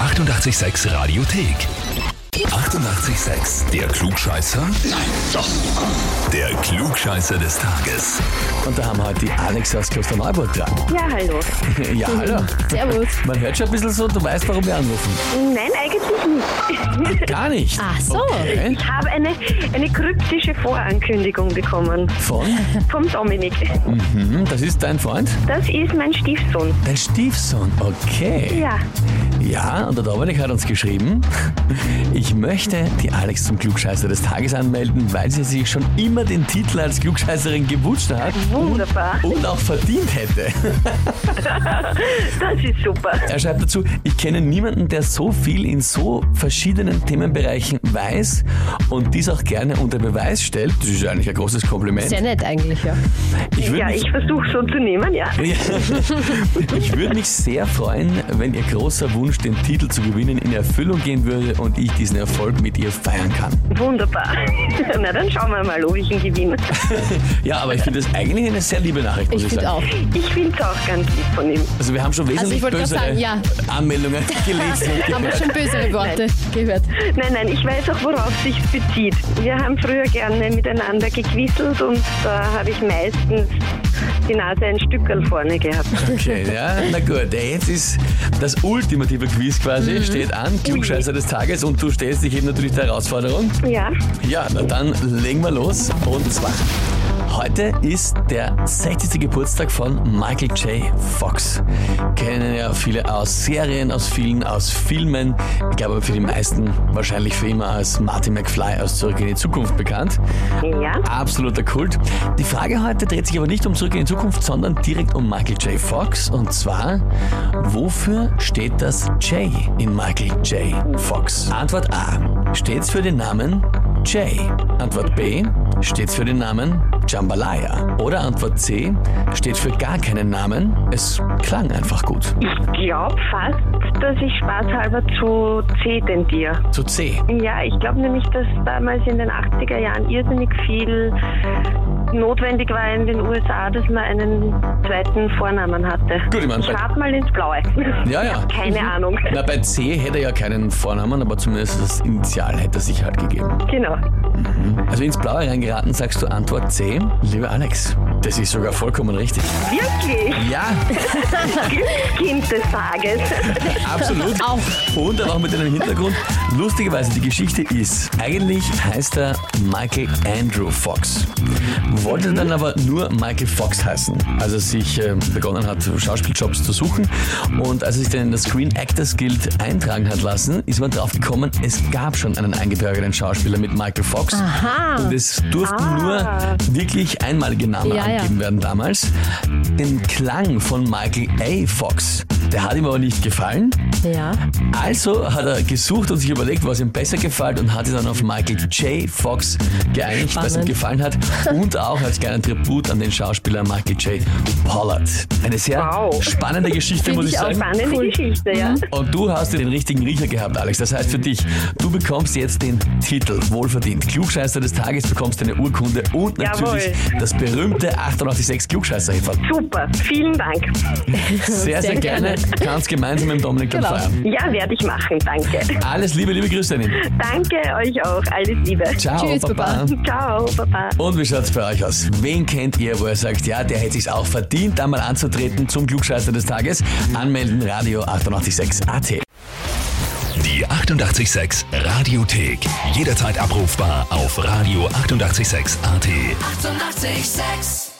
886 Radiothek. 88,6. Der Klugscheißer? Nein, doch. Der Klugscheißer des Tages. Und da haben wir heute die Alex aus Klosterneuburg dran. Ja, hallo. Ja, hallo. Servus. Man hört schon ein bisschen so, du weißt, warum wir anrufen. Nein, eigentlich nicht. Gar nicht. Ach so. Okay. Ich habe eine, eine kryptische Vorankündigung bekommen Von? vom Dominik. Mhm, das ist dein Freund? Das ist mein Stiefsohn. Dein Stiefsohn. Okay. Ja, Ja, und der Dominik hat uns geschrieben, ich möchte die Alex zum Klugscheißer des Tages anmelden, weil sie sich schon immer den Titel als Klugscheißerin gewünscht hat wunderbar. und auch verdient hätte. Das ist super. Er schreibt dazu, ich kenne niemanden, der so viel in so verschiedenen Themenbereichen weiß und dies auch gerne unter Beweis stellt. Das ist eigentlich ein großes Kompliment. Sehr nett eigentlich, ja. Ich würde Ja, mich, ich versuche so zu nehmen, ja. ich würde mich sehr freuen, wenn ihr großer Wunsch, den Titel zu gewinnen, in Erfüllung gehen würde und ich diesen Erfolg mit ihr feiern kann. Wunderbar. Na, dann schauen wir mal, ob ich ihn gewinne. Ja, aber ich finde das eigentlich eine sehr liebe Nachricht, muss Ich ich, finde sagen. auch. Ich finde es auch ganz lieb von ihm. Also wir haben schon wesentlich wollte gerade bösere sagen, ja. Anmeldungen gelesen und Haben wir gehört. schon bösere Worte gehört. Nein, nein, ich weiß auch, worauf sich bezieht. Wir haben früher gerne miteinander gequisselt und da habe ich meistens die Nase ein Stückerl vorne gehabt. Okay, ja, na gut. Ja, Jetzt ist das ultimative Quiz quasi, Mhm. steht an, Klugscheißer des Tages und du stellst dich eben natürlich der Herausforderung. Ja, Ja, na dann legen wir los und zwar. Heute ist der 60. Geburtstag von Michael J. Fox. Kennen ja viele aus Serien, aus Filmen, aus Filmen. Ich glaube für die meisten wahrscheinlich für immer als Martin McFly aus Zurück in die Zukunft bekannt. ja. Absoluter Kult. Die Frage heute dreht sich aber nicht um Zurück in die Zukunft, sondern direkt um Michael J. Fox. Und zwar, wofür steht das J in Michael J. Fox? Antwort A. Steht's für den Namen J. Antwort B. Steht's für den Namen Jambalaya. Oder Antwort C. Steht für gar keinen Namen. Es klang einfach gut. Ich glaube fast, dass ich spaßhalber zu C tendiere. Zu C. Ja, ich glaube nämlich, dass damals in den 80er Jahren irrsinnig viel notwendig war in den USA, dass man einen zweiten Vornamen hatte. Gut, ich mein, ich bei- rate mal ins Blaue. Ja, Mhm. Ich ja. hab Keine Ahnung. Na, bei C hätte er ja keinen Vornamen, aber zumindest das Initial hätte er sich halt gegeben. Genau. Also ins Blaue reingeraten sagst du Antwort C. Lieber Alex, das ist sogar vollkommen richtig. Wirklich? Ja, Kind des Tages. absolut. Auch. Und aber auch mit einem Hintergrund. Lustigerweise, die Geschichte ist, eigentlich heißt er Michael Andrew Fox. Wollte dann aber nur Michael Fox heißen, als er sich ähm, begonnen hat, Schauspieljobs zu suchen. Und als er sich dann in das Screen Actors Guild eintragen hat lassen, ist man drauf gekommen, es gab schon einen eingetragenen Schauspieler mit Michael Fox. Aha. Und es durften nur wirklich einmalige Namen Ah. Ja, ja. angegeben werden damals. Den Klang von Michael A. Fox, der hat ihm aber nicht gefallen. Ja. Also hat er gesucht und sich überlegt, was ihm besser gefällt und hat sich dann auf Michael J. Fox geeinigt, was ihm Spannend. gefallen hat. Und auch als kleinen Tribut an den Schauspieler Michael J. Pollard. Eine sehr Wow. spannende Geschichte, Finde muss ich ich auch sagen. Spannende Cool. Geschichte, ja. Und du hast dir den richtigen Riecher gehabt, Alex. Das heißt für dich, du bekommst jetzt den Titel, wohlverdient. Klugscheißer des Tages, bekommst deine Urkunde und natürlich Jawohl. das berühmte 886 klugscheißer -Häferl. Super. Vielen Dank. Sehr, sehr, Sehr gerne. gerne. Kannst gemeinsam mit dem Dominik dann Genau. feiern. Ja, werde ich machen. Danke. Alles Liebe, liebe Grüße an ihn. Danke euch auch. Alles Liebe. Ciao, Tschüss, Baba. Baba. Ciao, Baba. Und wie schaut's bei euch aus? Wen kennt ihr, wo ihr sagt, ja, der hätte sich's auch verdient, da mal anzutreten zum Klugscheißer des Tages? Anmelden, Radio 886 AT. Die 88,6 Radiothek. Jederzeit abrufbar auf radio886.at. 88,6. Eighty-eight, sex.